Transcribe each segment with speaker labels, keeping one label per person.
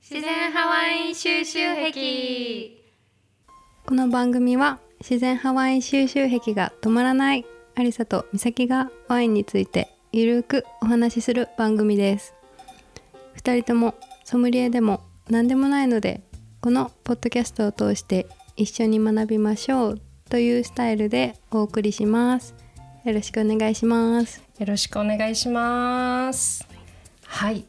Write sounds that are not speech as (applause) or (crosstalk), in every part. Speaker 1: 自然ハワイン収集癖
Speaker 2: この番組は自然ハワイン収集癖が止まらないアリサとミサキがワインについてゆるーくお話しする番組です2人ともソムリエでも何でもないのでこのポッドキャストを通して一緒に学びましょうというスタイルでお送りしますよろしくお願いします
Speaker 3: よろしくお願いします。はい、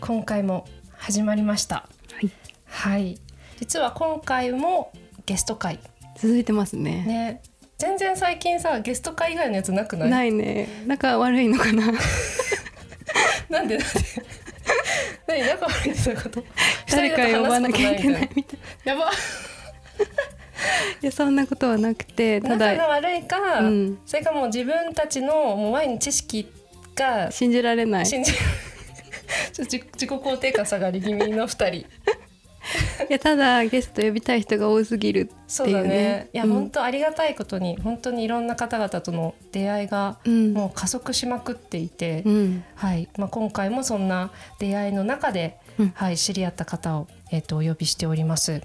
Speaker 3: 今回も始まりました。
Speaker 2: はい
Speaker 3: はい、実は今回もゲスト会
Speaker 2: 続いてますね
Speaker 3: ね。全然最近さゲスト会以外のやつなくない？
Speaker 2: ないね仲悪いのかな
Speaker 3: なんでなん (laughs) で？何仲悪いってどうい
Speaker 2: (laughs)
Speaker 3: うこと？
Speaker 2: 誰か呼ばなきゃいけない。みたい
Speaker 3: やば。
Speaker 2: いやそんなことはなくてた
Speaker 3: 仲が
Speaker 2: だ
Speaker 3: 悪いか、
Speaker 2: うん
Speaker 3: それかもう自分たちのもう前に知識が
Speaker 2: 信じられない
Speaker 3: 信じ、 (laughs) ちょっと自自己肯定感下がり気味の二人。
Speaker 2: いやただゲスト呼びたい人が多すぎるっ
Speaker 3: そ
Speaker 2: て
Speaker 3: う
Speaker 2: いう
Speaker 3: だね
Speaker 2: ね。
Speaker 3: いや、
Speaker 2: うん
Speaker 3: 本当ありがたいことに本当にいろんな方々との出会いが
Speaker 2: うん
Speaker 3: もう加速しまくっていて、
Speaker 2: うん
Speaker 3: はいまあ、今回もそんな出会いの中で、
Speaker 2: うん
Speaker 3: はい、知り合った方を、えっとお呼びしております。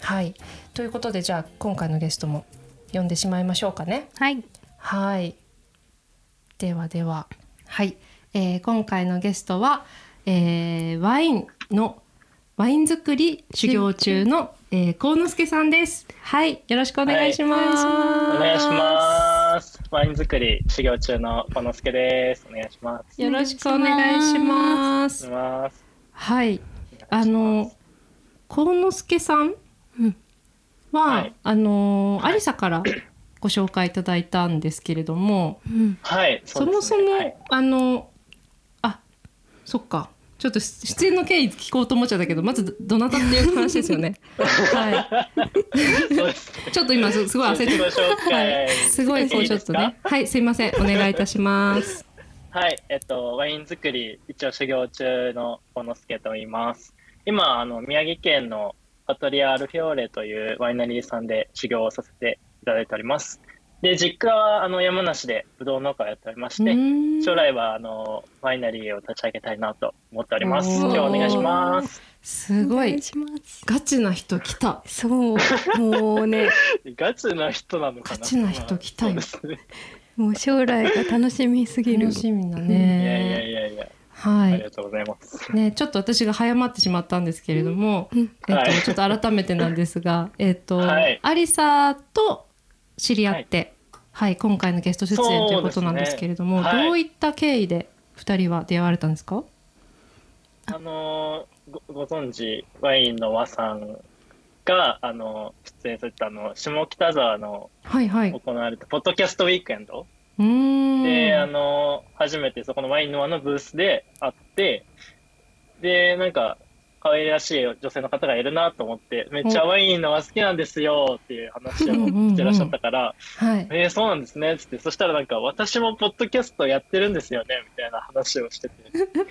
Speaker 3: はい、ということでじゃあ今回のゲストも呼んでしまいましょうかね。
Speaker 2: はい
Speaker 3: はいではでは、はいえー今回のゲストは、えーワインのワイン作り修行中の、えー、幸之助さんです。はいよろしくお願いします。
Speaker 2: は
Speaker 4: お願いします。ワイン作り修行中のこのすけです。お願いします。
Speaker 3: よろしくお願いしま
Speaker 4: お
Speaker 3: す。
Speaker 4: 願いします。
Speaker 3: はいあの幸之助さん
Speaker 2: うん
Speaker 3: は、
Speaker 4: はい
Speaker 3: あの有沙からご紹介いただいたんですけれども。
Speaker 2: うん
Speaker 4: はい、
Speaker 3: そう
Speaker 4: で
Speaker 3: も
Speaker 4: す
Speaker 3: そも、
Speaker 4: はい
Speaker 3: あのあそっかちょっと出出演の経緯聞こうと思っちゃったけどまずどどなたっていう話ですよ
Speaker 4: (laughs)
Speaker 3: ねは
Speaker 4: そうですね
Speaker 3: いちょっと今すすごい焦って
Speaker 4: 自己紹介
Speaker 3: すごいこうちょっと
Speaker 4: いい
Speaker 3: ね
Speaker 4: で
Speaker 3: はいすいませんお願いいたし
Speaker 4: (laughs)
Speaker 3: ます
Speaker 4: はい、えっと、ワイン作り一応修行中のこのすけと言います。今、あの宮城県のパトリア・アルフィオーレというワイナリーさんで修行をさせていただいております。で、実家はあの山梨でブドウ農家をやっておりまして、将
Speaker 3: 将
Speaker 4: 来はあのワイナリーを立ち上げたいなと思っております。
Speaker 3: おー
Speaker 4: 今日お願いします。
Speaker 3: すご
Speaker 2: お願
Speaker 3: い
Speaker 2: します
Speaker 3: ガチな人来た
Speaker 2: そうもうね (laughs)
Speaker 4: ガチな人なのか
Speaker 3: ガ
Speaker 4: な。
Speaker 3: チな人来たよ
Speaker 4: まあそうですね
Speaker 2: もう将来が楽しみすぎる
Speaker 3: 楽しみだ
Speaker 4: いやいや
Speaker 3: ね
Speaker 4: いやいや、
Speaker 3: は
Speaker 4: あり
Speaker 3: い
Speaker 4: がとうございます。
Speaker 3: ねちょっと私が早まってしまったんですけれども、
Speaker 2: うん
Speaker 3: えっと
Speaker 4: はい
Speaker 3: ちょっと改めてなんです
Speaker 4: (laughs)
Speaker 3: がえっと、
Speaker 4: はい
Speaker 3: アリサと知り合って、はい今回のゲスト出演ということなんですけれども、
Speaker 4: そうですねはい
Speaker 3: どういった経緯で2人は出会われたんですか、
Speaker 4: あのーごご存知ワインの和さんがあの出演されたあの下北沢の
Speaker 3: はいはい、う
Speaker 4: 行われたポッドキャストウィークエンド
Speaker 3: ーん
Speaker 4: で、あのー初めてそこのワインの輪のブースで会ってでなんか可愛らしい女性の方がいるなと思ってめっちゃワインの輪好きなんですよっていう話をしてらっしゃったから
Speaker 3: はい、
Speaker 4: えー、そうなんですねっつってそしたらなんか私もポッドキャストやってるんですよねみたいな話を (laughs) してて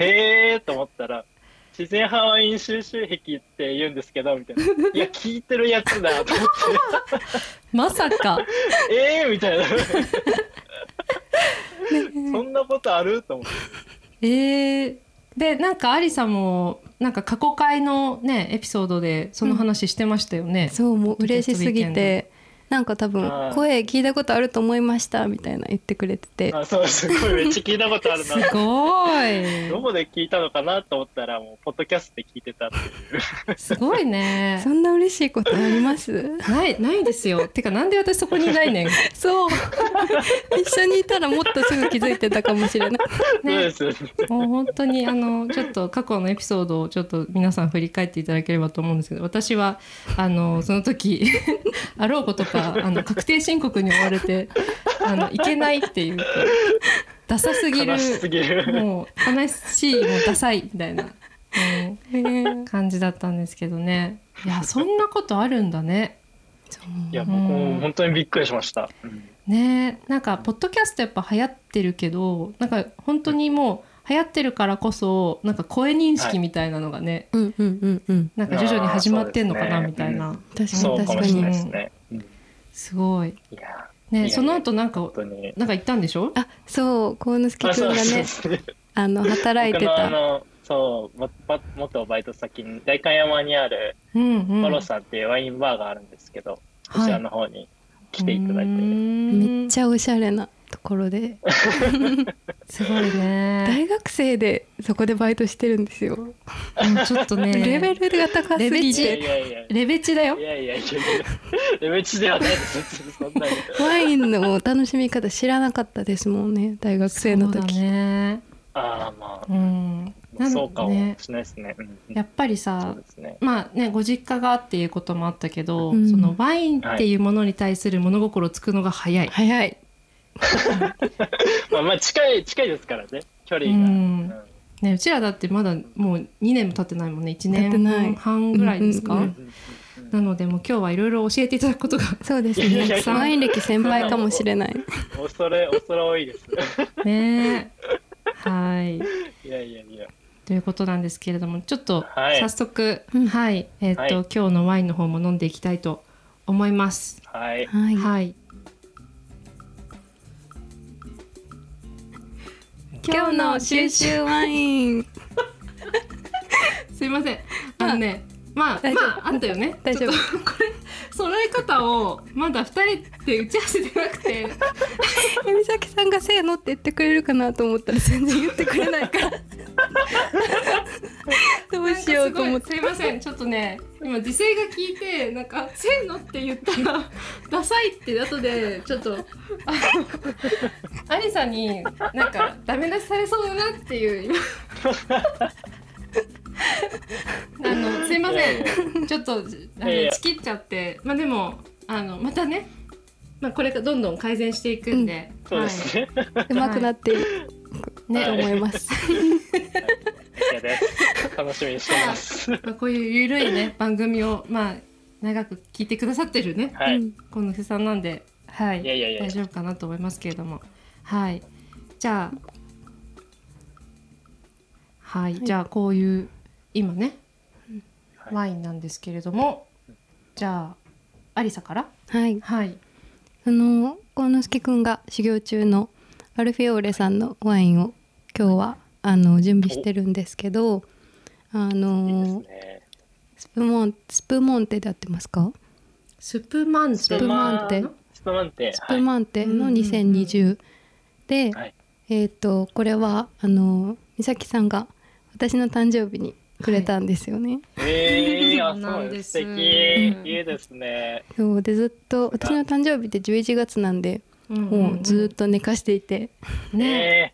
Speaker 4: へえと思ったら自然ハワイン収集癖って言うんですけどみたいないや聞いてるやつだと思っ
Speaker 3: まさか
Speaker 4: (laughs) てえーみ (laughs) たいなそんなことあると思って
Speaker 3: えー、でなんかアリサもなんか過去回のねエピソードでその話してましたよね、
Speaker 2: そうもう嬉しすぎてなんか多分
Speaker 4: はい
Speaker 2: 声聞いたことあると思いましたみたいな言ってくれてて
Speaker 4: あそうすごいめっちゃ聞いたことある
Speaker 3: す
Speaker 4: な
Speaker 3: ごい
Speaker 4: (laughs) どこで聞いたのかなと思ったらもうポッドキャストで聞いてたっていう
Speaker 3: すごいね
Speaker 2: そんな嬉しいことあります
Speaker 3: ないないですよ。てかなんで私そこにいない
Speaker 4: (laughs)
Speaker 3: ねん。
Speaker 2: そう (laughs) 一緒にいたらもっとすぐ気づいてたかもしれない
Speaker 4: そう
Speaker 3: ね
Speaker 4: で、すよね
Speaker 3: もう本当にあのちょっと過去のエピソードをちょっと皆さん振り返っていただければと思うんですけど、私はあのその時 (laughs) あろうことかあの確定申告に追われてあのいけないっていうダサすぎる
Speaker 4: 悲しすぎる
Speaker 3: もう悲しいもうダサいみたいな、うん
Speaker 2: (laughs) ね
Speaker 3: 感じだったんですけどね。いやそんなことあるんだね。
Speaker 4: いや僕も本当にびっくりしました、うん
Speaker 3: ねえなんかポッドキャストやっぱ流行ってるけどなんか本当にもう流行ってるからこそなんか声認識みたいなのがね、
Speaker 2: うんうんうんうん
Speaker 3: なんか徐々に始まってんのかな
Speaker 4: あー
Speaker 3: みたいなす,、
Speaker 2: 確か
Speaker 4: そ
Speaker 2: に
Speaker 4: うか
Speaker 2: 確
Speaker 4: も
Speaker 2: か
Speaker 4: しれ
Speaker 2: に
Speaker 4: ないですね、うん
Speaker 3: ごい
Speaker 4: いやいやい
Speaker 3: ね
Speaker 4: や
Speaker 3: その後なんか
Speaker 4: 本当に。
Speaker 3: なんか行ったんでしょ
Speaker 2: あそう幸之助
Speaker 4: あ
Speaker 2: くん
Speaker 4: そう
Speaker 2: が
Speaker 4: そう
Speaker 2: ね
Speaker 4: そう
Speaker 2: あの働い
Speaker 4: 僕
Speaker 2: て
Speaker 4: のあ
Speaker 2: た
Speaker 4: のそうもば元バイト先に代官山にある
Speaker 3: うんうん
Speaker 4: トロさんっていうワインバーがあるんですけど、こちらの方に来ていただいて、
Speaker 2: めっ
Speaker 3: ゃ
Speaker 2: ちゃおしゃれなところで、
Speaker 3: すごいね。
Speaker 2: 大学生でそこでバイトしてるんですよ。
Speaker 3: うんちょっとね。
Speaker 2: レベルが高す
Speaker 3: レベ
Speaker 2: ぎ
Speaker 4: いや
Speaker 3: チ
Speaker 2: て
Speaker 4: いやいやい
Speaker 3: レベチだよ。
Speaker 4: やいやいやいやレベチではないです別にそんなに
Speaker 2: ワインの楽しみ方知らなかったですもんね大学生の時、
Speaker 3: そうだね。
Speaker 4: ああま
Speaker 3: うん。
Speaker 4: あ
Speaker 3: な
Speaker 4: そうか
Speaker 3: の
Speaker 4: も
Speaker 3: ね。
Speaker 4: しれないですねうんうん
Speaker 3: やっぱり
Speaker 4: そう
Speaker 3: さ
Speaker 4: で、すね
Speaker 3: まあね、ご実家がっていうこともあったけど、
Speaker 2: うん
Speaker 3: そのワインっていうものに対する物心つくのが早い。
Speaker 2: 早い
Speaker 4: まあまあ近い近いですからね距離が、
Speaker 3: うん
Speaker 4: うん
Speaker 3: ね、うちらだってまだもう2年も経ってないもんね1
Speaker 2: 経ってな
Speaker 3: 年
Speaker 2: い
Speaker 3: 半ぐらいですか、
Speaker 2: うんう
Speaker 4: うんんうん
Speaker 3: なのでもう今日はいろいろ教えていただく
Speaker 2: (laughs)
Speaker 3: ことが
Speaker 2: そうです
Speaker 4: いやい
Speaker 2: ね
Speaker 4: やいや
Speaker 2: ワイン歴先輩かもしれない
Speaker 4: 恐れ恐れ多いです。 (laughs)
Speaker 3: ねはい
Speaker 4: いやいやいや。
Speaker 3: ということなんですけれどもちょっと
Speaker 4: はい
Speaker 3: 早速は
Speaker 2: う
Speaker 3: い、
Speaker 2: ん
Speaker 3: えーっと、
Speaker 4: はい
Speaker 3: 今日のワインの方も飲んでいきたいと思います
Speaker 4: はい。
Speaker 2: はい、
Speaker 3: はい
Speaker 2: 今日の収集ワイン
Speaker 3: すいませんあのねまあ
Speaker 2: 大
Speaker 3: ま
Speaker 2: 丈夫
Speaker 3: ああったよね
Speaker 2: (laughs) 大丈夫
Speaker 3: ちょっとこれ揃え方をまだ2人で打ち合わせてなくて
Speaker 2: え美咲さんが「せーの」って言ってくれるかなと思ったら全然言ってくれないから (laughs) どうしようと思って
Speaker 3: なんかすごいすいませんちょっとね今時勢が聞いてなんか「せーの」って言った
Speaker 2: (laughs)
Speaker 3: ら「ダサい」って後でちょっとあのアリさんになんかダメ出しされそうだなっていう
Speaker 2: (laughs)
Speaker 3: 今あのすいま
Speaker 4: いやいや
Speaker 3: せんちょっとあの
Speaker 4: いやいや
Speaker 3: 仕切っちゃってまあでもあのまたねまあこれからどんどん改善していくんで、
Speaker 4: そうですね。
Speaker 2: うまくなっている
Speaker 3: はい、
Speaker 2: と
Speaker 3: ね
Speaker 2: 思い
Speaker 3: (laughs)
Speaker 2: ます、
Speaker 4: OK です。楽しみにしてます。
Speaker 3: まあ、こういうゆるいね番組をまあ長く聞いてくださってるね
Speaker 4: はい。
Speaker 2: うん
Speaker 3: この布さんなんで、はい、
Speaker 4: いやいやいや
Speaker 3: 大丈夫かなと思いますけれども、はい、じゃあ、はい、じゃあこういう今ね、
Speaker 4: はい
Speaker 3: ワインなんですけれども、じゃあアリサから、
Speaker 2: はい
Speaker 3: はい、
Speaker 2: あの幸之助くんが修行中のアルフィオーレさんのワインを今日はあの準備してるんですけどあ
Speaker 4: いいです
Speaker 2: の
Speaker 4: ね。
Speaker 2: スプモンスプモンテで合ってますか
Speaker 3: スプマンテ、
Speaker 4: ス
Speaker 2: プマンテ
Speaker 4: スプマンテ。
Speaker 2: ス
Speaker 4: は
Speaker 2: プ
Speaker 4: い。
Speaker 2: マンテの
Speaker 3: うんうんうん
Speaker 2: 2020で、
Speaker 4: はい
Speaker 2: えっ、とこれはあの美咲さんが私の誕生日にくれたんですよね。
Speaker 4: ええー、あ、
Speaker 3: そうな
Speaker 4: そ
Speaker 3: ん
Speaker 4: う
Speaker 3: です
Speaker 4: 素敵。いいですね。
Speaker 2: そうでずっと私の誕生日って11月なんで
Speaker 3: うんん
Speaker 2: もうずっと寝かしていて
Speaker 3: うんね、
Speaker 4: え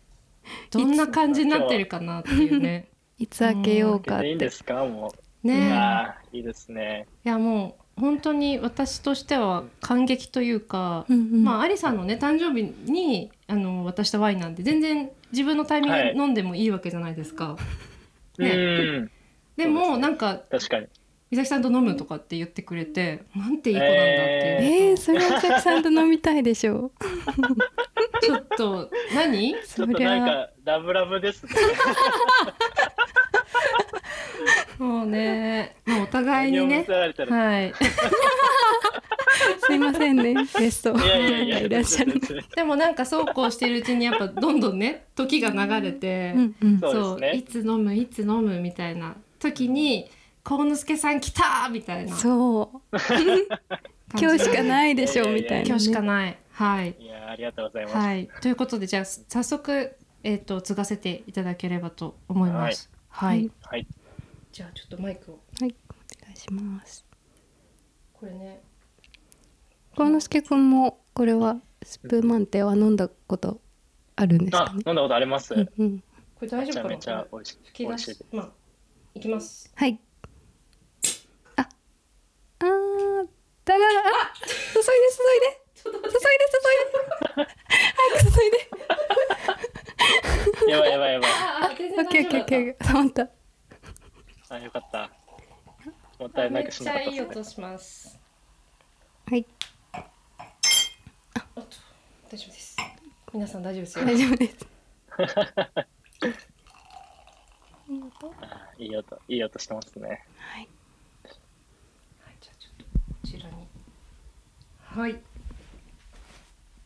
Speaker 3: どんな感じになってるかなっていうね、
Speaker 2: いつ開けよう
Speaker 4: え
Speaker 2: かっ
Speaker 4: ー。いいんで
Speaker 2: て。
Speaker 4: すか、もう。
Speaker 3: (laughs) ね、
Speaker 4: ああ、いいですね。
Speaker 3: いやもう本当に私としては感激というか。
Speaker 2: うんうん
Speaker 3: まあ、アリさんのね誕生日にあの渡したワインなんて全然自分のタイミング
Speaker 4: は
Speaker 3: で
Speaker 4: い
Speaker 3: 飲んでもいいわけじゃないですか、
Speaker 4: う
Speaker 3: ね
Speaker 4: ん。
Speaker 3: で
Speaker 4: そうです
Speaker 3: も
Speaker 4: ね
Speaker 3: なんか
Speaker 4: 確かに。
Speaker 3: 美咲さんと飲むとかって言ってくれてなんていい子なんだっていう、
Speaker 2: えー、それはお客さんと飲みたいでしょう。
Speaker 3: (laughs) ちょっと何
Speaker 4: ちょ
Speaker 2: そ
Speaker 4: っと
Speaker 2: り
Speaker 4: なん
Speaker 2: ゃ
Speaker 4: か、ラブラブですね。
Speaker 3: もうねもうお互い
Speaker 4: 何
Speaker 3: に
Speaker 4: を見
Speaker 3: ね
Speaker 4: せられてる。
Speaker 3: はい
Speaker 2: すいませんねゲスト
Speaker 4: いやいやいや。
Speaker 2: いらっしゃる。
Speaker 3: でもなんかそうこうしてるうちにやっぱどんどんね時が流れて、
Speaker 2: うんうん
Speaker 4: そうですね
Speaker 3: いつ飲むいつ飲むみたいな時に「幸之助さん来た!」みたいな
Speaker 2: そう
Speaker 3: 感じ
Speaker 2: 今日しかないでしょうみたいな、ね。
Speaker 3: 今日しかないはい
Speaker 4: いやー、ありがとうございます。
Speaker 3: はい、ということでじゃあ早速、えー、と継がせていただければと思います。はい、
Speaker 2: はい
Speaker 4: はい。
Speaker 3: じゃあちょっとマイクを
Speaker 2: はい、お願いします。
Speaker 3: これね
Speaker 2: 幸之助くんもこれはスプーマンテは飲んだことあるんです
Speaker 4: あ
Speaker 2: かね、。
Speaker 4: 飲んだことあります。
Speaker 2: うんうん、
Speaker 3: これ大
Speaker 4: めち
Speaker 3: 丈夫
Speaker 4: ゃ
Speaker 3: かな
Speaker 4: めちゃ
Speaker 3: こ
Speaker 4: 美味しい。
Speaker 3: れ吹き
Speaker 4: 美
Speaker 3: 出
Speaker 4: 味しい
Speaker 3: し。まあいきます。
Speaker 2: はい。あ、あー、だだだ、あ、注いで注いで、注いで注いで、早く注いで。
Speaker 4: やばいやばいやばい。
Speaker 3: ああ
Speaker 2: (laughs)
Speaker 3: 全
Speaker 2: オッケーオッケーオッ
Speaker 3: だ
Speaker 2: ケ
Speaker 3: っ
Speaker 2: ー、触った。
Speaker 4: あ、よかった。もった
Speaker 3: た
Speaker 4: い
Speaker 3: め
Speaker 4: な
Speaker 3: っ
Speaker 4: くし
Speaker 3: ち
Speaker 4: なか
Speaker 3: ゃ
Speaker 4: った
Speaker 3: いい
Speaker 4: ですね
Speaker 3: 音します。
Speaker 2: はい、
Speaker 3: あと大丈夫です。皆さん大丈夫ですよ。
Speaker 2: 大丈夫です。
Speaker 4: (laughs) いい音、いい音してますね。
Speaker 2: はい、
Speaker 3: はい、じゃあちょっとこちらに。はい。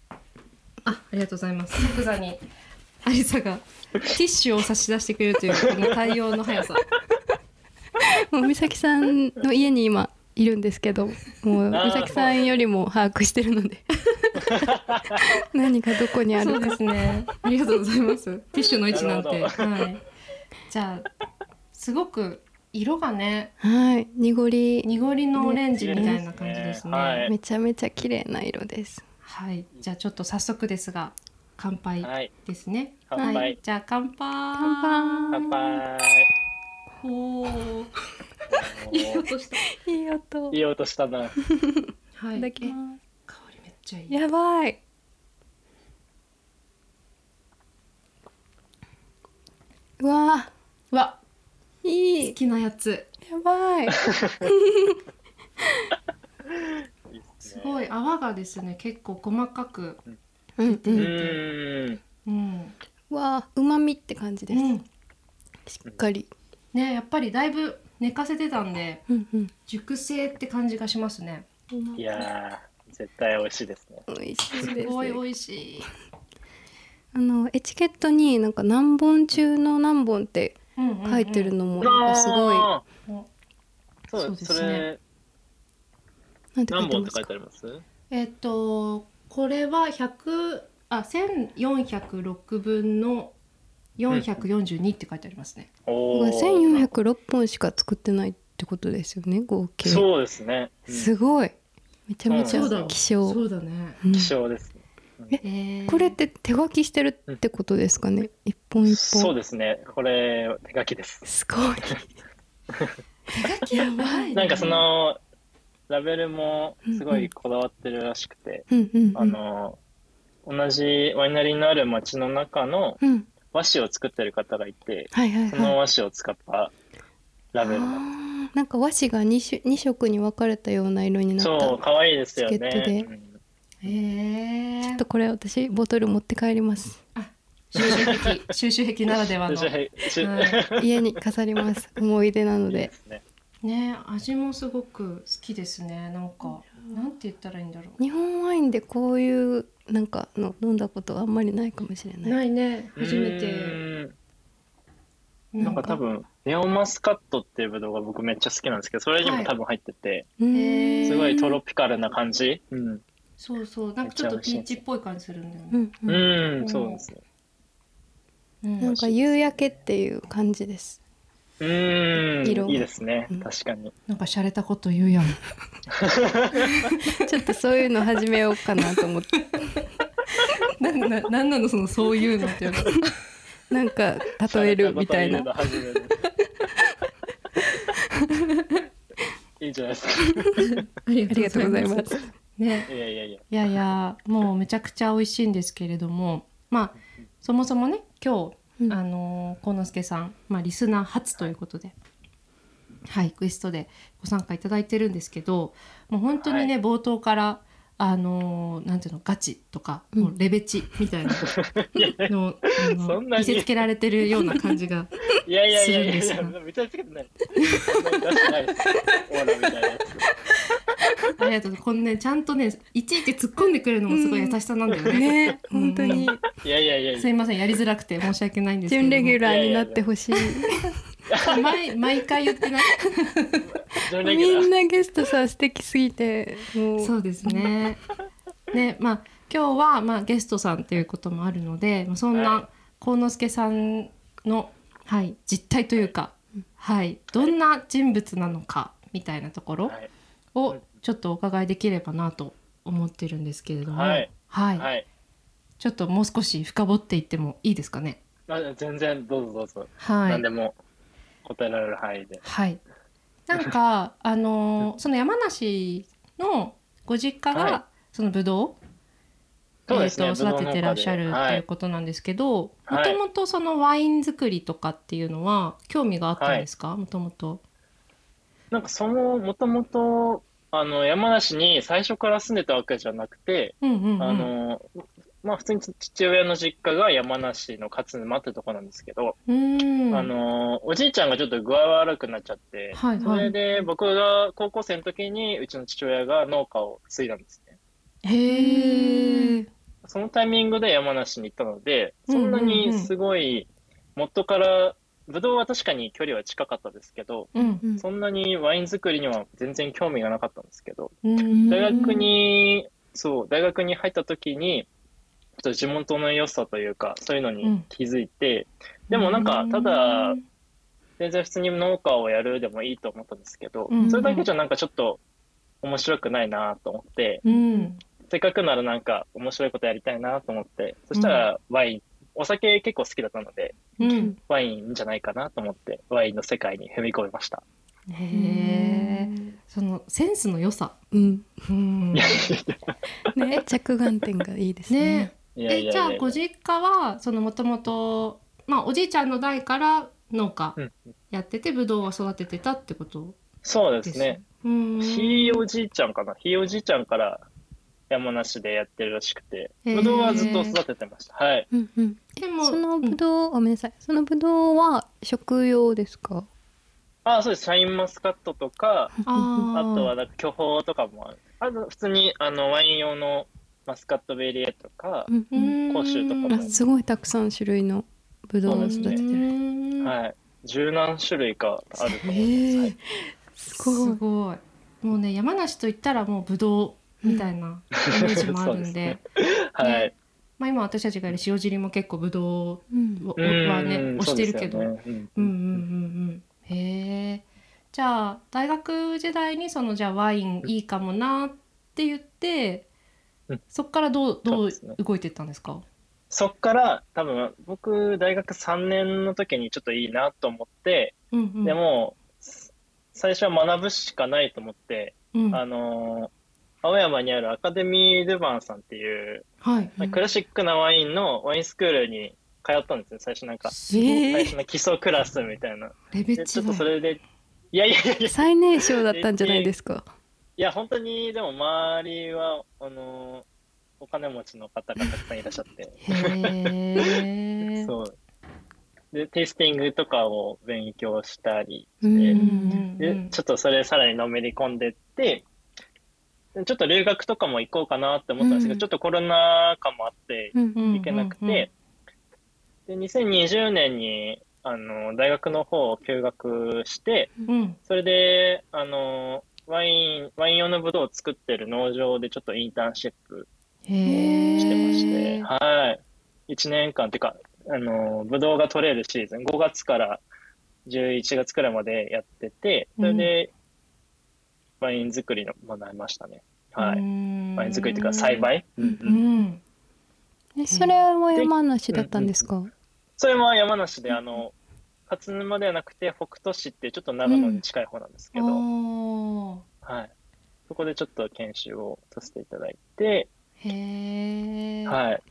Speaker 3: あ、ありがとうございます。即座にアリサがティッシュを差し出してくれるというこの対応の速さ
Speaker 2: もう美咲さんの家に今いるんですけどもう
Speaker 4: あー
Speaker 2: 美咲さんよりも把握してるの (laughs) で何がどこにあ
Speaker 3: そ
Speaker 2: る
Speaker 3: う
Speaker 2: か
Speaker 3: ですねありがとうございますティッシュの位置なんて、
Speaker 4: なる
Speaker 3: はい、じゃあすごく色がね
Speaker 2: はい濁り
Speaker 3: 濁りのオレンジみたいな感じですね
Speaker 4: ねはい
Speaker 2: めちゃめちゃ綺麗な色です
Speaker 3: はい、じゃあちょっと早速ですが乾杯
Speaker 4: はい、
Speaker 3: ですね。
Speaker 4: 乾杯
Speaker 3: はいじゃあ乾杯。
Speaker 2: 乾杯
Speaker 4: 乾杯。
Speaker 3: (laughs) おー
Speaker 4: お
Speaker 3: いい
Speaker 4: ー
Speaker 3: 音した。
Speaker 2: いい音
Speaker 4: いい音したな。
Speaker 3: はい
Speaker 2: た
Speaker 3: い。
Speaker 2: だき
Speaker 3: え
Speaker 2: ま
Speaker 3: 香りめっちゃい
Speaker 2: す
Speaker 3: い。
Speaker 2: やばいうわ
Speaker 3: うわ、
Speaker 2: ーい
Speaker 3: 好
Speaker 2: い
Speaker 3: きなやつ。
Speaker 2: やばい
Speaker 4: いいっす
Speaker 3: す
Speaker 4: ね
Speaker 3: ごい。泡がですね、結構細かく。
Speaker 2: うんう
Speaker 4: うんーん。
Speaker 3: うん。
Speaker 2: わうまみって感じで
Speaker 3: う
Speaker 2: す、
Speaker 3: ん。
Speaker 2: しっかり
Speaker 3: ね、やっぱりだいぶ寝かせてたんで
Speaker 2: うんうん
Speaker 3: 熟成って感じがしますね。
Speaker 2: うま
Speaker 4: いやー、絶対美味しいですね。
Speaker 2: 美味しいです
Speaker 3: すごい美味しい。
Speaker 2: あのエチケットになんか何本中の何本って
Speaker 3: うんうんうん
Speaker 2: 書いてる。のもなんかすごい、
Speaker 4: あ
Speaker 3: お
Speaker 4: ーそう
Speaker 3: そうで
Speaker 4: そ
Speaker 3: すね
Speaker 4: れ
Speaker 2: なんて書
Speaker 4: 何
Speaker 2: いて
Speaker 4: 本っ
Speaker 2: ま
Speaker 4: て
Speaker 2: す
Speaker 4: 書い
Speaker 2: か
Speaker 4: てあります？
Speaker 3: えっとこれは100あ1406分の442って書いてありますね。
Speaker 4: おお。
Speaker 2: 1406本しか作ってないってことですよね合計
Speaker 4: そうですね。うん
Speaker 2: すごいめちゃめちゃ
Speaker 4: そう
Speaker 2: 希少、
Speaker 3: そうだね。
Speaker 2: うん
Speaker 4: 希少ですね。
Speaker 3: えー
Speaker 2: これって手書きしてるってことですかね一本一本
Speaker 4: そうですね。これ手書きです。
Speaker 2: すごい
Speaker 3: 手書きやばいね
Speaker 4: なんかそのラベルもすごいこだわってるらしくて、
Speaker 2: うんうんうん
Speaker 4: あの同じワイナリーのある町の中の
Speaker 2: うん
Speaker 4: 和紙を作ってる方がいて、
Speaker 2: はいはい
Speaker 4: そ
Speaker 2: はい
Speaker 4: の和紙を使ったラベルなんで
Speaker 2: あーなんか和紙が 2, 種2色に分かれたような色にな
Speaker 4: す。
Speaker 2: っ
Speaker 4: そう
Speaker 2: た
Speaker 4: 可愛いですよ
Speaker 2: チ
Speaker 4: ね。
Speaker 2: ケットで
Speaker 4: うん
Speaker 3: えー
Speaker 2: ちょっとこれ私ボトル持って帰ります
Speaker 3: 収集癖収集癖ならではの
Speaker 4: しし
Speaker 3: うん
Speaker 2: 家に飾ります思い出なので
Speaker 4: ですね
Speaker 3: ね味もすごく好きですねなんかなんて言ったらいいんだろう。
Speaker 2: 日本ワインでこういうなんかの飲んだことはあんまりないかもしれない
Speaker 3: ないね初め
Speaker 4: う
Speaker 3: て
Speaker 4: ーん
Speaker 3: な
Speaker 4: なんか多分ネオマスカットっていうブドウが僕めっちゃ好きなんですけどそれにも多分入ってて、
Speaker 2: う
Speaker 3: へー
Speaker 2: ん
Speaker 4: すごいトロピカルな感じうん、
Speaker 3: そうそうなんかちょっとピーチっぽい感じするんだよ
Speaker 2: う
Speaker 3: ね。
Speaker 2: んう
Speaker 4: うんん
Speaker 3: うん
Speaker 4: そうですね
Speaker 3: うん
Speaker 2: なんか夕焼けっていう感じです
Speaker 4: うん
Speaker 2: 色
Speaker 4: いいですね
Speaker 2: うん
Speaker 4: 確かに
Speaker 3: なんか洒落たこと言うやん。
Speaker 2: ちょっとそういうの始めようかなと思 (laughs) って
Speaker 3: (laughs) なんななんなのそのそういうのっていうの。
Speaker 2: なんか例えるみたいな
Speaker 4: シャレたこと言うの初めて (laughs) いいじゃないですか
Speaker 3: あり
Speaker 2: ありがとうございます。
Speaker 3: ね、
Speaker 4: いやいやいや
Speaker 3: いやいや、もうめちゃくちゃ美味しいんですけれども、まあそもそもね、今
Speaker 2: うん
Speaker 3: 日あのー、幸之助さん、まあリスナー初ということで、はい、クエストでご参加いただいてるんですけど、もう本当にね、冒頭からあのー、なんていうのガチとか、
Speaker 2: うん
Speaker 3: もうレベチみたいな
Speaker 2: (laughs)
Speaker 3: のをあの
Speaker 4: そんなに
Speaker 3: 見せつけられてるような感じが、
Speaker 4: いやいやいやいやい
Speaker 3: する
Speaker 4: や
Speaker 3: んです
Speaker 4: めちゃつけてないそんなに出してないですオーラみたいなや
Speaker 3: ありがとう。このねちゃんとねいちいち突っ込んでくれるのもすごい優しさなんだよ
Speaker 2: (laughs)
Speaker 3: ね。
Speaker 2: ね本当に
Speaker 4: ついやいやいやい
Speaker 3: す
Speaker 4: や
Speaker 3: いませんやりづらくて申し訳ないんですけれど
Speaker 2: 準
Speaker 3: も
Speaker 2: レギュラーになってほしい
Speaker 3: 毎毎回言ってない
Speaker 4: 準レギュラ
Speaker 2: みん
Speaker 4: ー
Speaker 2: なゲストさん素敵すぎてもう
Speaker 3: そうですねねまあ今日は、まあ、ゲストさんっていうこともあるのでまあそん
Speaker 4: はい
Speaker 3: な幸之助さんの、はい、実態というか、はい、どんな人物なのかみたいなところ
Speaker 4: はい
Speaker 3: をちょっとお伺いできればなと思ってるんですけれども、
Speaker 4: はい
Speaker 3: はい
Speaker 4: はい
Speaker 3: ちょっともう少し深掘っていってもいいですかね。
Speaker 4: あ全然どうぞどうぞ
Speaker 3: はい、
Speaker 4: 何でも答えられる範囲で。
Speaker 3: はい。なんかあのーその山梨のご実家が、
Speaker 4: はい
Speaker 3: そのブドウ、
Speaker 4: そうですね
Speaker 3: えーと
Speaker 4: ブドウ
Speaker 3: 育
Speaker 4: 農家
Speaker 3: て
Speaker 4: で
Speaker 3: てらっしゃる
Speaker 4: はい
Speaker 3: っていうことなんですけど、も
Speaker 4: はい
Speaker 3: ともとそのワイン作りとかっていうのは興味があったんですか？もともと。
Speaker 4: なんかそのもともとあの山梨に最初から住んでたわけじゃなくて、
Speaker 3: うんうんうん。
Speaker 4: あのまあ普通に父親の実家が山梨の勝沼ってとこなんですけど、
Speaker 3: うーん
Speaker 4: あのおじいちゃんがちょっと具合悪くなっちゃって、
Speaker 3: はい
Speaker 4: そ
Speaker 3: は
Speaker 4: れ
Speaker 3: い。
Speaker 4: で僕が高校生の時にうちの父親が農家を継いだんですね。
Speaker 3: へえ。
Speaker 4: そのタイミングで山梨に行ったので、そんなにすごい、元から、ぶどうは確かに距離は近かったですけど、
Speaker 3: うん
Speaker 2: うん
Speaker 4: そんなにワイン作りには全然興味がなかったんですけど、
Speaker 3: うん
Speaker 4: 大学に、そう、大学に入った時に、ちょっと地元の良さというか、そういうのに気づいて、でもなんか、ただ、全然普通に農家をやるでもいいと思ったんですけど、
Speaker 3: うん
Speaker 4: それだけじゃなんかちょっと面白くないなと思って、
Speaker 3: うん
Speaker 4: せっかくならなんか面白いことやりたいなと思って、そしたらワイン、お酒結構好きだったので、
Speaker 3: うん
Speaker 4: ワインいいんじゃないかなと思って、ワインの世界に踏み込みました。
Speaker 3: へえそのセンスの良さ
Speaker 2: うん
Speaker 3: うん
Speaker 2: ね着眼点がいいですね
Speaker 3: ね
Speaker 4: いやい
Speaker 3: え
Speaker 4: やい
Speaker 3: じ
Speaker 4: や
Speaker 3: ゃあ
Speaker 4: いや
Speaker 3: ご実家はそのもともとまあおじいちゃんの代から農家
Speaker 4: うん
Speaker 3: やっててぶどうを育ててたってこと
Speaker 4: そうで
Speaker 3: ですす
Speaker 4: ね。。
Speaker 3: うん
Speaker 4: ひいおじいちゃんかな。ひいおじいちゃんから山梨でやってるらしくて、
Speaker 3: へー
Speaker 4: ぶどうはずっと育ててました。はい。
Speaker 2: うんうん
Speaker 3: でも
Speaker 2: その
Speaker 3: うん
Speaker 2: ぶどう、あごめんなさいそのぶどうは食用ですか
Speaker 4: あ、そうです。シャインマスカットとか、
Speaker 3: あ
Speaker 4: あ
Speaker 3: ー
Speaker 4: とはなんか巨峰とかもある。あと普通にあのワイン用のマスカットベリーとか、
Speaker 2: うん
Speaker 3: う
Speaker 2: うん
Speaker 3: ん
Speaker 4: 甲州とかも
Speaker 2: あすごいたくさん種類のぶどうを育てて
Speaker 3: う
Speaker 2: る
Speaker 3: ん
Speaker 4: はい。十何種類かあると思います。は
Speaker 2: へ
Speaker 4: い
Speaker 2: えす
Speaker 3: すご
Speaker 2: ご
Speaker 3: い
Speaker 2: い
Speaker 3: もうね山梨と言ったらもうぶどうみたいなイメージもあるん
Speaker 4: (laughs) そうです
Speaker 3: で
Speaker 4: ねはい。
Speaker 3: まあ、今私たちがいる塩尻も結構ぶど
Speaker 2: うん
Speaker 3: うを
Speaker 4: うん
Speaker 3: はね推してるけど,、
Speaker 4: そううですよねうん
Speaker 3: んうんうんうんへえじゃあ大学時代にそのじゃあワインいいかもなって言って、
Speaker 4: うん
Speaker 3: そっからどうど
Speaker 4: そう
Speaker 3: う
Speaker 4: ですね
Speaker 3: 動いてったんですか
Speaker 4: そっから多分僕大学3年の時にちょっといいなと思って、
Speaker 3: うんうん
Speaker 4: でも最初は学ぶしかないと思って、
Speaker 3: うん
Speaker 4: あ
Speaker 3: は
Speaker 4: のー青山にあるアカデミー・ドゥバンさんっていう、
Speaker 3: い、
Speaker 4: クラシックなワインのワインスクールに通ったんですよ最初なんか
Speaker 3: すごい
Speaker 2: えー
Speaker 4: 最初の基礎クラスみたいな、
Speaker 3: レベ
Speaker 4: で
Speaker 3: チ
Speaker 4: ちょ
Speaker 3: だ
Speaker 4: っとそれでいやいやいやいや
Speaker 2: 最年少だったんじゃないですか
Speaker 4: いや、本当に、でも周りは、あのーお金持ちの方がたくさんいらっしゃって、
Speaker 3: へえ
Speaker 4: そう。で、テイスティングとかを勉強したり、
Speaker 2: うん
Speaker 4: で
Speaker 3: うんう
Speaker 4: で
Speaker 3: ん
Speaker 4: ちょっとそれさらにのめり込んでって、でちょっと留学とかも行こうかなって思ったんですけど、
Speaker 3: うん
Speaker 4: ちょっとコロナ禍もあって、
Speaker 2: うん
Speaker 3: うん
Speaker 4: 行けなくて、で、2020年に、あのー大学の方を休学して、
Speaker 3: うんうん
Speaker 4: それで、あのーワイン、ワイン用のブドウを作ってる農場でちょっとインターンシップ
Speaker 3: へえ
Speaker 4: してまして、はい。1年間っていうか、あの、ぶどうが取れるシーズン、5月から11月くらいまでやってて、それで、ワイン作りの学びましたね。は
Speaker 3: う
Speaker 4: い。
Speaker 3: ん
Speaker 4: ワイン作りっていうか、栽培。
Speaker 2: うん
Speaker 4: うんう
Speaker 3: うんん
Speaker 2: えそれは山梨だったんですか
Speaker 4: それは山梨で、あの、勝沼ではなくて、北杜市っていうちょっと長野に近い方なんですけど、
Speaker 3: あ
Speaker 4: はい。そこでちょっと研修をさせていただいて、
Speaker 3: ーへえ
Speaker 4: はい。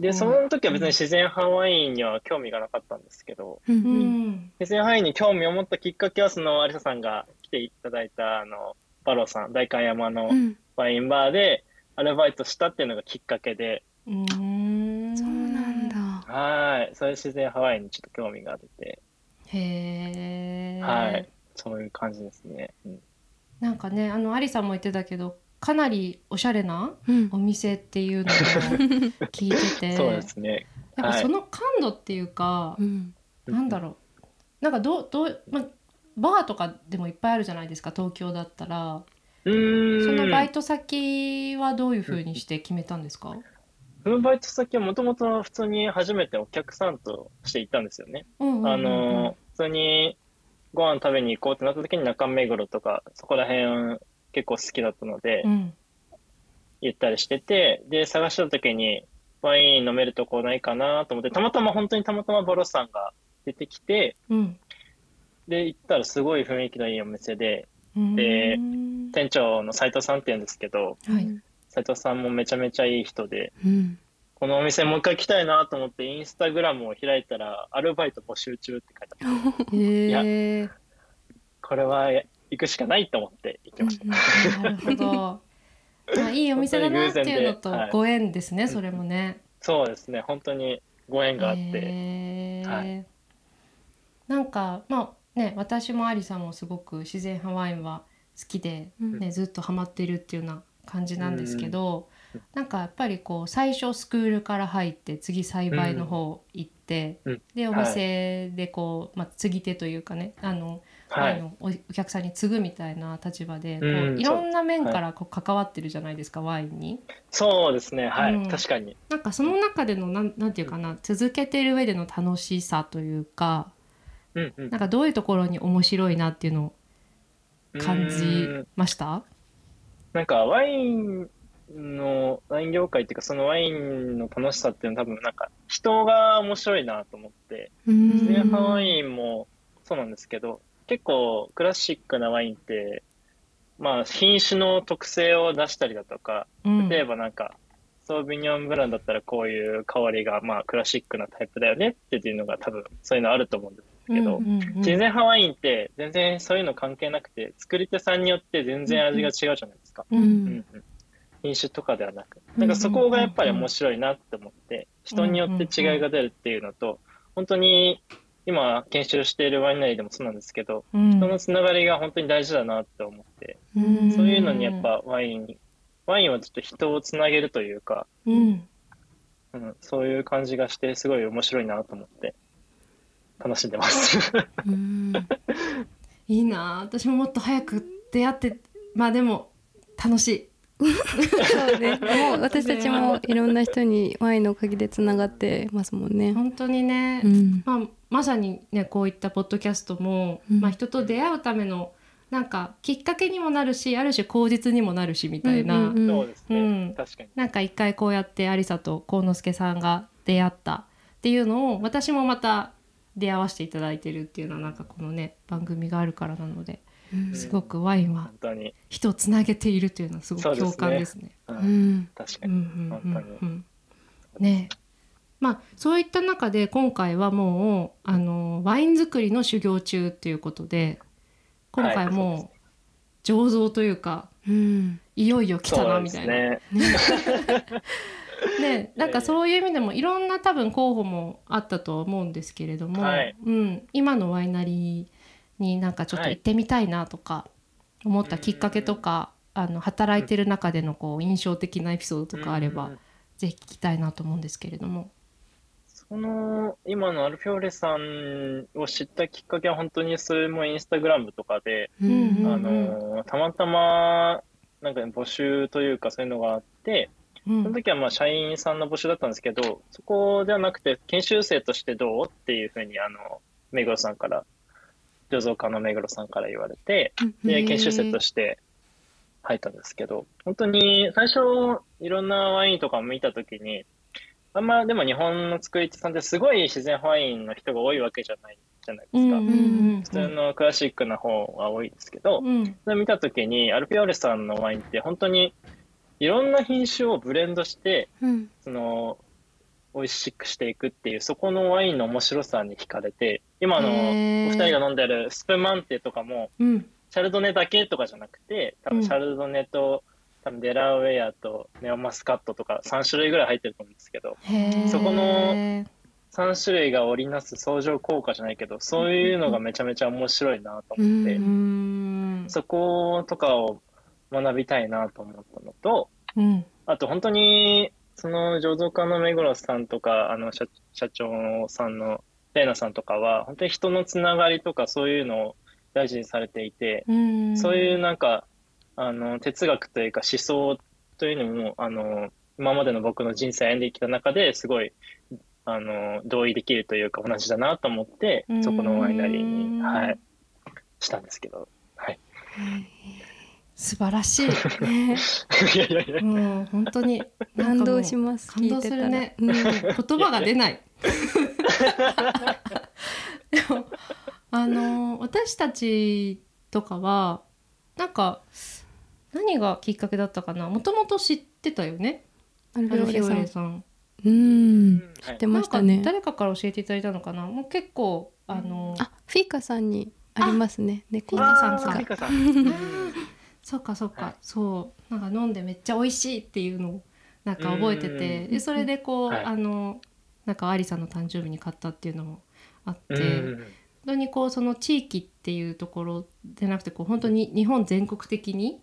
Speaker 4: で、その時は別に自然派ワインには興味がなかったんですけど、
Speaker 2: う
Speaker 3: うんん
Speaker 4: 別に範囲に興味を持ったきっかけは、その、有沙さんが来ていただいた、あの、バローさん、代官山の
Speaker 2: うん
Speaker 4: ワインバーで、アルバイトしたっていうのがきっかけで、
Speaker 3: うん
Speaker 2: そうなんだ
Speaker 4: はい。それで自然ハワイにちょっと興味が出て、
Speaker 3: へえ
Speaker 4: はいそういう感じですね。うん
Speaker 3: なんかねあのアリさんも言ってたけどかなりおしゃれな
Speaker 2: うん
Speaker 3: お店っていうの
Speaker 4: (laughs)
Speaker 3: を聞いてて
Speaker 4: そうですね。
Speaker 3: やっぱその感度っていうか
Speaker 2: うん
Speaker 3: なんだろうなんかどうどうまバーとかでもいっぱいあるじゃないですか東京だったら
Speaker 4: うーん。
Speaker 3: そのバイト先はどういうふうにして決めたんですか
Speaker 4: そのバイト先はもともと普通に初めてお客さんとして行ったんですよね。
Speaker 3: あ
Speaker 4: あの、普通にご飯食べに行こうってなった時に中目黒とか、そこら辺結構好きだったので、
Speaker 3: うん
Speaker 4: 言ったりしてて、で、探した時に、ワイン飲めるとこないかなと思って、たまたま、本当にたまたまボロさんが出てきて、
Speaker 3: うん
Speaker 4: で、行ったらすごい雰囲気のいいお店で、
Speaker 3: うん
Speaker 4: で
Speaker 3: うん
Speaker 4: 店長の斉藤さんって言うんですけど、
Speaker 3: はい
Speaker 4: 斉藤さんもめちゃめちゃいい人で、
Speaker 2: うん
Speaker 4: このお店もう一回来たいなと思って、インスタグラムを開いたら、アルバイト募集中って書いてあって、
Speaker 3: へえ
Speaker 4: これは行くしかないと思って行きました。
Speaker 3: (laughs) なるほど。まあいいお店だなっていうのと
Speaker 4: 本当に偶然ではい
Speaker 3: ご縁ですね、それもね。
Speaker 4: そうですね、本当にご縁があっ
Speaker 3: へ
Speaker 4: て、
Speaker 3: え
Speaker 4: は
Speaker 3: なんかまあね私もアリさんもすごく自然ハワインは好きで、
Speaker 2: うん
Speaker 3: ね、ずっとハマってるっていうような感じなんですけど、なんかやっぱりこう最初スクールから入って次栽培の方行って、
Speaker 4: うん
Speaker 3: でお
Speaker 4: はい
Speaker 3: 店でこう、まあ、継ぎ手というかねあの、
Speaker 4: はい
Speaker 3: あのおお客さんに継ぐみたいな立場でこう、
Speaker 4: うん
Speaker 3: いろんな面からこう関わってるじゃないですか、ワインに。
Speaker 4: そうですねはい、
Speaker 3: うん
Speaker 4: 確かに
Speaker 3: なんかその中でのなんなんていうかな続けてる上での楽しさというか
Speaker 4: うんうん
Speaker 3: なんかどういうところに面白いなっていうのを感じ
Speaker 4: うん
Speaker 3: ました
Speaker 4: なんかワインのワイン業界っていうかそのワインの楽しさっていうのは多分なんか人が面白いなと思って
Speaker 2: うん
Speaker 4: 自然
Speaker 3: ね
Speaker 4: 派ワインもそうなんですけど結構クラシックなワインってまあ品種の特性を出したりだとか
Speaker 3: うん
Speaker 4: 例えばなんか、ソービニョンブランだったらこういう香りがまあクラシックなタイプだよねっていうのが多分そういうのあると思うんですけど、
Speaker 3: うんうんうん
Speaker 4: 自然派ワインって全然そういうの関係なくて作り手さんによって全然味が違うじゃないですか、
Speaker 3: うん
Speaker 2: うん
Speaker 4: うんうん品種とかではなく
Speaker 3: ん
Speaker 4: なんかそこがやっぱり面白いなって思って人によって違いが出るっていうのと本当に今研修しているワイナリーでもそうなんですけど
Speaker 3: うん
Speaker 4: 人のつながりが本当に大事だなって思って
Speaker 2: うん
Speaker 4: そういうのにやっぱワインワインはちょっと人をつなげるというか、
Speaker 3: うん
Speaker 4: うん、そういう感じがしてすごい面白いなと思って楽しんでます。
Speaker 2: うん
Speaker 3: いいなあ私ももっと早く出会ってまあでも楽しい
Speaker 2: そうねもう私たちもいろんな人にワインのおかげでつながってますもんね。
Speaker 3: 本当にね、
Speaker 2: うん
Speaker 3: まあ、まさにねこういったポッドキャストも、
Speaker 2: うん
Speaker 3: まあ、人と出会うためのなんかきっかけにもなるしある種口実にもなるしみたいな、
Speaker 2: うんうん
Speaker 4: (laughs) そうですね、
Speaker 3: うん
Speaker 4: 確かに
Speaker 3: なんか一回こうやってありさと幸之助さんが出会ったっていうのを私もまた出会わせていただいてるっていうのはなんかこのね番組があるからなので
Speaker 2: うん
Speaker 3: すごくワインは
Speaker 4: 本当に、
Speaker 3: 人をつなげているというのはすごく共感ですね。
Speaker 4: うん
Speaker 2: うん
Speaker 4: 確か
Speaker 3: うん
Speaker 4: に、
Speaker 3: うんうんうんねえまあそういった中で今回はもうあのワイン作りの修行中ということで今回
Speaker 4: はいそう
Speaker 3: もう醸造というか
Speaker 2: うん
Speaker 3: いよいよ来た
Speaker 4: そ
Speaker 3: な
Speaker 4: うで
Speaker 3: み
Speaker 4: す
Speaker 3: たいな。
Speaker 4: ね
Speaker 3: ね、なんかそういう意味でもいろんな多分候補もあったとは思うんですけれども、
Speaker 4: はい
Speaker 3: うん、今のワイナリーになんかちょっと行ってみたいなとか思ったきっかけとか、あの働いてる中でのこう印象的なエピソードとかあれば、
Speaker 4: うん
Speaker 3: ぜひ聞きたいなと思うんですけれども。
Speaker 4: その今のアルフィオレさんを知ったきっかけは本当にそれもインスタグラムとかで、
Speaker 2: うんうん
Speaker 3: うん
Speaker 4: あのたまたまなんか募集というかそういうのがあって
Speaker 3: う
Speaker 4: その
Speaker 3: ん
Speaker 4: 時はまあ社員さんの募集だったんですけどそこではなくて研修生としてどうっていうふうにあの目黒さんから醸造家の目黒さんから言われて、
Speaker 3: へ
Speaker 4: で
Speaker 3: ー
Speaker 4: 研修生として入ったんですけど本当に最初いろんなワインとかも見た時にあんまでも日本の作り手さんってすごい自然ワインの人が多いわけじゃないじゃないですか、
Speaker 3: うんうんうん
Speaker 4: 普通のクラシックな方が多いですけど、
Speaker 3: うん
Speaker 4: それ見た時にアルピオーレさんのワインって本当にいろんな品種をブレンドして
Speaker 2: うん
Speaker 4: その美味しくしていくっていうそこのワインの面白さに惹かれて今のお
Speaker 3: へー
Speaker 4: 二人が飲んでるスプマンテとかも
Speaker 3: うん
Speaker 4: シャルドネだけとかじゃなくて、多
Speaker 3: うん
Speaker 4: 分シャルドネと、多分デラウェアとネオマスカットとか3種類ぐらい入ってると思うんですけど、
Speaker 3: へー
Speaker 4: そこの3種類が織りなす相乗効果じゃないけど、そういうのがめちゃめちゃ面白いなと思って、
Speaker 2: う
Speaker 3: うーん
Speaker 4: そことかを学びたいなと思ったのと、
Speaker 3: うん
Speaker 4: あと本当に、その醸造家の目黒さんとか、あの社社長さんのレイナさんとかは、本当に人のつながりとかそういうのを大事にされていて、
Speaker 3: うん
Speaker 4: そういうなんかあの哲学というか思想というのもあの今までの僕の人生を歩んできた中ですごいあの同意できるというか同じだなと思ってそこのワイナリ
Speaker 3: う
Speaker 4: ー
Speaker 3: ん
Speaker 4: に、はい、したんですけど。はい、
Speaker 3: 素晴らしい。
Speaker 2: (laughs) ね
Speaker 4: いやいやいや
Speaker 3: もう本当にな
Speaker 2: 感
Speaker 3: んかもう
Speaker 2: 動します
Speaker 3: 感動するね
Speaker 2: 聞いてたらうん
Speaker 3: 言葉が出ない。でもあの私たちとかはなんか何がきっかけだったかなもともと知ってたよね
Speaker 2: アル
Speaker 3: ア
Speaker 2: フィ
Speaker 3: ル
Speaker 2: オ
Speaker 3: フ
Speaker 2: レさ
Speaker 3: ィオレ
Speaker 2: ん
Speaker 3: さん。
Speaker 2: うん
Speaker 4: は
Speaker 2: 知
Speaker 4: い
Speaker 2: って
Speaker 3: な
Speaker 2: ま
Speaker 3: ん
Speaker 2: した
Speaker 3: か
Speaker 2: ね
Speaker 3: 誰かから教えていただいたのかなもう結構あの
Speaker 2: あフィーカさんにありますね猫
Speaker 3: ピ
Speaker 2: の
Speaker 3: カさんか
Speaker 4: あーピカさんうん
Speaker 3: そうかそうか、
Speaker 4: はい
Speaker 3: そうなんか飲んでめっちゃ美味しいっていうのをなんか覚えてて
Speaker 4: うん
Speaker 3: でそれでこう、
Speaker 4: はい
Speaker 3: あのなんかアリさんの誕生日に買ったっていうのもあって、
Speaker 4: うん
Speaker 3: 本当にこうその地域っていうところじゃなくてこう本当に日本全国的に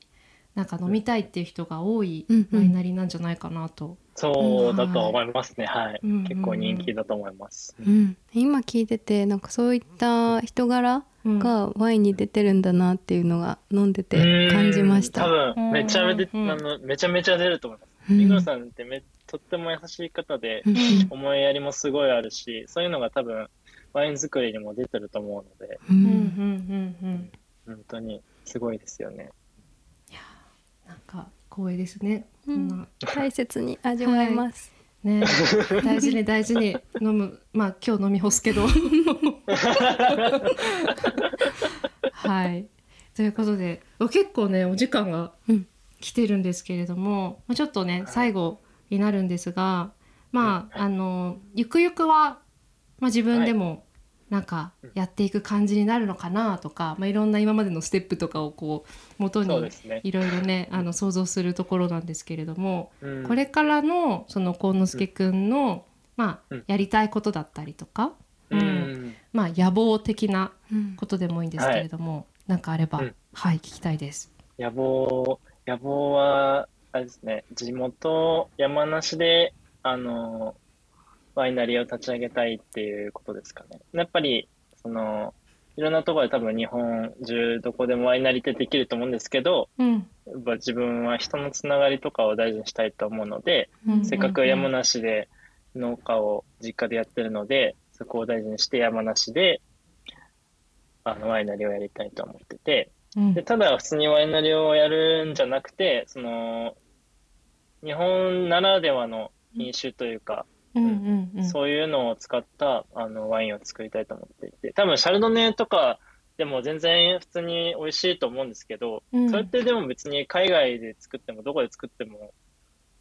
Speaker 3: なんか飲みたいっていう人が多い
Speaker 2: うんうん
Speaker 3: ワイナリーなんじゃないかなと。
Speaker 4: そうだと思いますね。はい
Speaker 3: うんうんうん。
Speaker 4: 結構人気だと思います。
Speaker 2: うん、今聞いててなんかそういった人柄
Speaker 3: うん
Speaker 2: がワインに出てるんだなっていうのが飲んでて
Speaker 4: うん
Speaker 2: 感じました。
Speaker 4: 多
Speaker 3: うん
Speaker 4: 分、めちゃめちゃ、
Speaker 3: うん
Speaker 4: あの、めちゃめちゃ出ると思いま
Speaker 2: うん
Speaker 4: す。リグロさんってめ、とっても優しい方で、
Speaker 2: うん
Speaker 4: 思いやりもすごいあるし、そういうのが多分、ワイン作りにも出てると思うので、
Speaker 2: う
Speaker 3: うんうん
Speaker 2: ん
Speaker 3: うんうん。
Speaker 4: 本当にすごいですよね。
Speaker 3: なんか光栄ですね。
Speaker 2: うん
Speaker 3: こんな
Speaker 2: 大切に味わいます。
Speaker 3: ね大事に大事に飲むまあ今日飲み干すけどはいということで結構ねお時間が
Speaker 2: うん
Speaker 3: 来てるんですけれども、まあちょっとね
Speaker 4: い
Speaker 3: 最後になるんですがまああのゆくゆくは、まあ、自分でもなんかやっていく感じになるのかなとか、まあ、いろんな今までのステップとかをこう元
Speaker 4: そうで
Speaker 3: に
Speaker 4: すね。
Speaker 3: いろいろねあの想像するところなんですけれども、
Speaker 4: うん
Speaker 3: これからのその幸之助くんの、まあ
Speaker 4: うん
Speaker 3: やりたいことだったりとか、
Speaker 4: う
Speaker 3: うん
Speaker 4: ん。
Speaker 3: まあ野望的な
Speaker 2: うん
Speaker 3: ことでもいいんですけれども、なんかあれば、
Speaker 4: うん
Speaker 3: はい聞きたいです。
Speaker 4: 野望、野望は、あれですね、地元、山梨で、あの、ワイナリーを立ち上げたいっていうことですかね。やっぱり、その、いろんなところで多分日本中どこでもワイナリーってできると思うんですけど、
Speaker 3: うん
Speaker 4: やっぱ自分は人のつながりとかを大事にしたいと思うので、
Speaker 2: うん
Speaker 4: せっかく山梨で農家を実家でやってるので、そこを大事にして山梨で、あの、ワイナリーをやりたいと思ってて、
Speaker 3: うん
Speaker 4: でただ普通にワイナリーをやるんじゃなくてその日本ならではの品種というか、
Speaker 3: うんうんうん
Speaker 4: そういうのを使ったあのワインを作りたいと思っていて多分シャルドネとかでも全然普通に美味しいと思うんですけど、
Speaker 3: うん
Speaker 4: それってでも別に海外で作ってもどこで作っても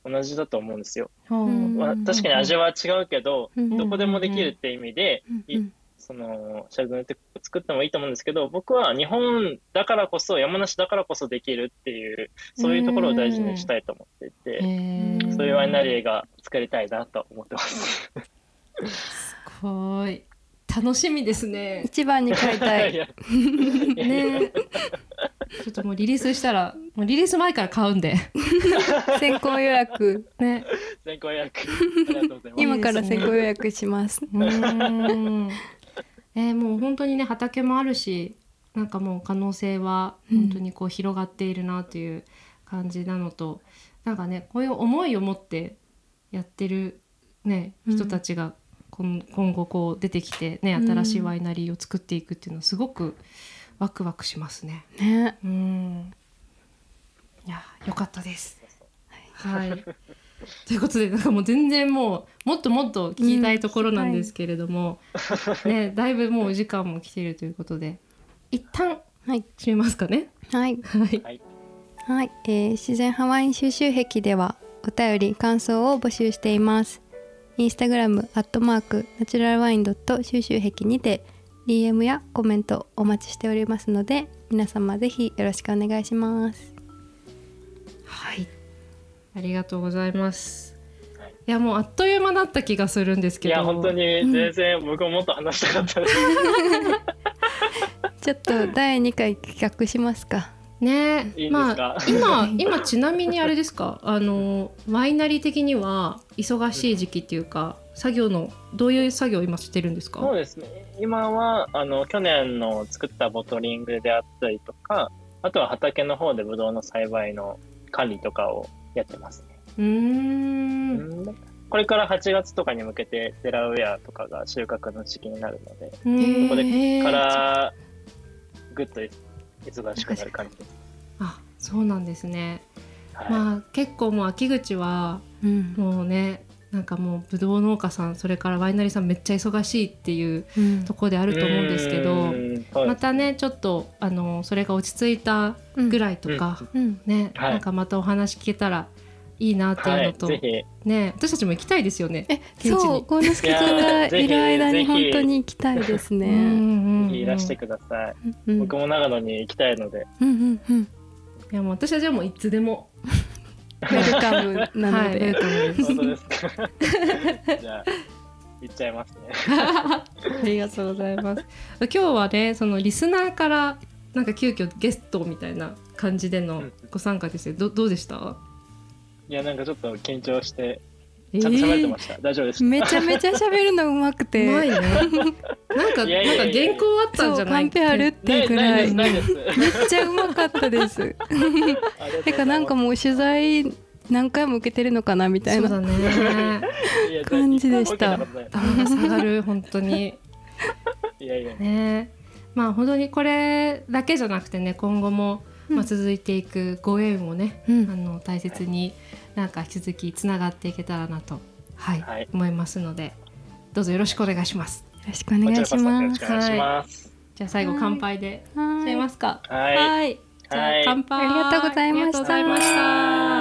Speaker 4: 同じだと思うんですよ、
Speaker 3: ほう
Speaker 2: うん
Speaker 4: まあ確かに味は違うけど、
Speaker 2: うん
Speaker 4: どこでもできるって意味で、
Speaker 2: うん
Speaker 4: いそのシャルドネって作ってもいいと思うんですけど僕は日本だからこそ山梨だからこそできるっていうそういうところを大事にしたいと思っていて、
Speaker 3: へー
Speaker 4: そういうワイナリーが作りたいなと思ってます。
Speaker 3: すごい楽しみですね。
Speaker 2: 一番に買いた
Speaker 4: (laughs) いや
Speaker 2: い。
Speaker 4: いやいや
Speaker 2: ね、
Speaker 3: ちょっともうリリースしたらもうリリース前から買うんで
Speaker 2: 先行予約。
Speaker 3: ね。
Speaker 4: 先行予約ありがとうございます。
Speaker 2: 今から先行予約します。
Speaker 3: うーんえーもう本当にね畑もあるしなんかもう可能性は本当にこう広がっているなという感じなのと、なんかねこういう思いを持ってやってる、ね、
Speaker 2: うん
Speaker 3: 人たちが今今後こう出てきて、ね、新しいワイナリーを作っていくっていうのはすごくワクワクしますね。
Speaker 2: ね、
Speaker 3: うんいやよかったです。はい、ということでなんかもう全然もうもっともっと聞きたいところなんですけれど
Speaker 4: (laughs)
Speaker 3: も、ね、だいぶもうお時間も来ているということで一旦
Speaker 2: はい、
Speaker 3: 閉めますかね。
Speaker 2: はい。
Speaker 3: はい、
Speaker 4: はい、
Speaker 2: はい、えー自然ハワイン収集癖ではお便り感想を募集していますインスタグラムアットマークナチュラルワインドット収集癖にて DM やコメントお待ちしておりますので皆様ぜひよろしくお願いします
Speaker 3: はい、ありがとうございます
Speaker 4: はい。
Speaker 3: いやもうあっという間だった気がするんです
Speaker 4: い
Speaker 3: けど
Speaker 4: や本当に全然僕ももっと話したかっ
Speaker 2: (laughs)
Speaker 4: たです。
Speaker 2: ちょっと第2回企画しますか
Speaker 3: ね
Speaker 4: いいです
Speaker 3: まあ
Speaker 4: か
Speaker 3: 今今ちなみにあれですかあのワイナリー的には忙しい時期っていうか作業のどういう作業を今してるんですか
Speaker 4: そうですね今はあの去年の作ったボトリングであったりとかあとは畑の方でブドウの栽培の管理とかをやってますね。
Speaker 3: うーん
Speaker 4: これから8月とかに向けてデラウェアとかが収穫の時期になるので、
Speaker 3: うん
Speaker 4: ここで
Speaker 3: へー
Speaker 4: からぐっと忙しくなる感じです。
Speaker 3: あそうなんですね、
Speaker 4: はい
Speaker 3: まあ結構もう秋口は
Speaker 2: うん、
Speaker 3: もうねなんかもうブドウ農家さんそれからワイナリーさんめっちゃ忙しいっていう
Speaker 2: うん
Speaker 3: ところであると思うんですけ
Speaker 4: う
Speaker 3: ど
Speaker 4: ーんそうで
Speaker 3: ますたねちょっとあのそれが落ち着いたぐらいとか、
Speaker 2: うん
Speaker 3: ね、
Speaker 4: はい
Speaker 3: なんかまたお話聞けたらいいなっていう
Speaker 4: は
Speaker 3: の
Speaker 4: い、
Speaker 3: と、
Speaker 4: ぜひ
Speaker 3: ね、私たちも行きたいですよね。
Speaker 2: え
Speaker 3: 現地に
Speaker 2: そう幸之助さんがいる間に
Speaker 4: いやーぜひ
Speaker 2: 本当に行きたいです
Speaker 3: うんう
Speaker 2: ね
Speaker 3: んうん
Speaker 4: ぜひいらしてください。
Speaker 2: うんうん
Speaker 4: 僕も長野に行きたい
Speaker 3: (laughs)
Speaker 4: ので、
Speaker 2: うんうん
Speaker 3: いやもう私はじゃあもういつでも、
Speaker 2: ウェルカムなの
Speaker 3: はい、ウェ
Speaker 2: で
Speaker 3: ルカムです。
Speaker 4: 本当ですか (laughs) じゃあ行っちゃいますね。
Speaker 3: ありがとうございます。今日はね、そのリスナーからなんか急遽ゲストみたいな感じでのご参加でしたどどうでした
Speaker 4: いやなんかちょっと緊張して
Speaker 3: え
Speaker 4: ちゃんと喋れてました、大丈夫です
Speaker 2: めちゃめちゃ喋るのうまく
Speaker 3: え
Speaker 2: て
Speaker 3: うまいねなんか
Speaker 4: (laughs) いやいやいやいや
Speaker 3: なんか原稿あったん
Speaker 2: そ
Speaker 3: じ
Speaker 2: う
Speaker 3: ゃな
Speaker 2: カ
Speaker 3: い
Speaker 2: ンペあるっていうぐらい
Speaker 4: な
Speaker 2: め
Speaker 4: い
Speaker 2: っ
Speaker 4: ですないです
Speaker 2: ちゃうまかったです
Speaker 4: ありがとうございます
Speaker 2: てかなんかもう取材何回も受けてるのかなみたい
Speaker 3: そう
Speaker 2: な
Speaker 3: だね
Speaker 4: いや
Speaker 2: 感じでした
Speaker 4: 大きなことだよ
Speaker 3: 頭が下がる本当に
Speaker 4: いやいや
Speaker 3: ねまあ本当にこれだけじゃなくてね今後も、
Speaker 2: うん
Speaker 3: まあ、続いていくご縁をね、
Speaker 2: うん
Speaker 3: あの大切になんか引き続きつながっていけたらなと、はい
Speaker 4: はい
Speaker 3: 思いますのでどうぞよろしくお願いします。
Speaker 2: よろしくお
Speaker 4: こ
Speaker 2: 願
Speaker 4: ち
Speaker 2: い
Speaker 4: ら
Speaker 2: し
Speaker 4: こそよろ
Speaker 2: ま
Speaker 4: し
Speaker 2: す
Speaker 4: くお願いします
Speaker 3: じゃあ最後
Speaker 2: はい
Speaker 3: 乾杯で
Speaker 2: は
Speaker 3: しちゃい
Speaker 2: い
Speaker 3: ますか。
Speaker 4: はい
Speaker 3: じゃあ
Speaker 4: はい
Speaker 3: 乾杯
Speaker 2: ありがとうございました
Speaker 3: ありがとうございました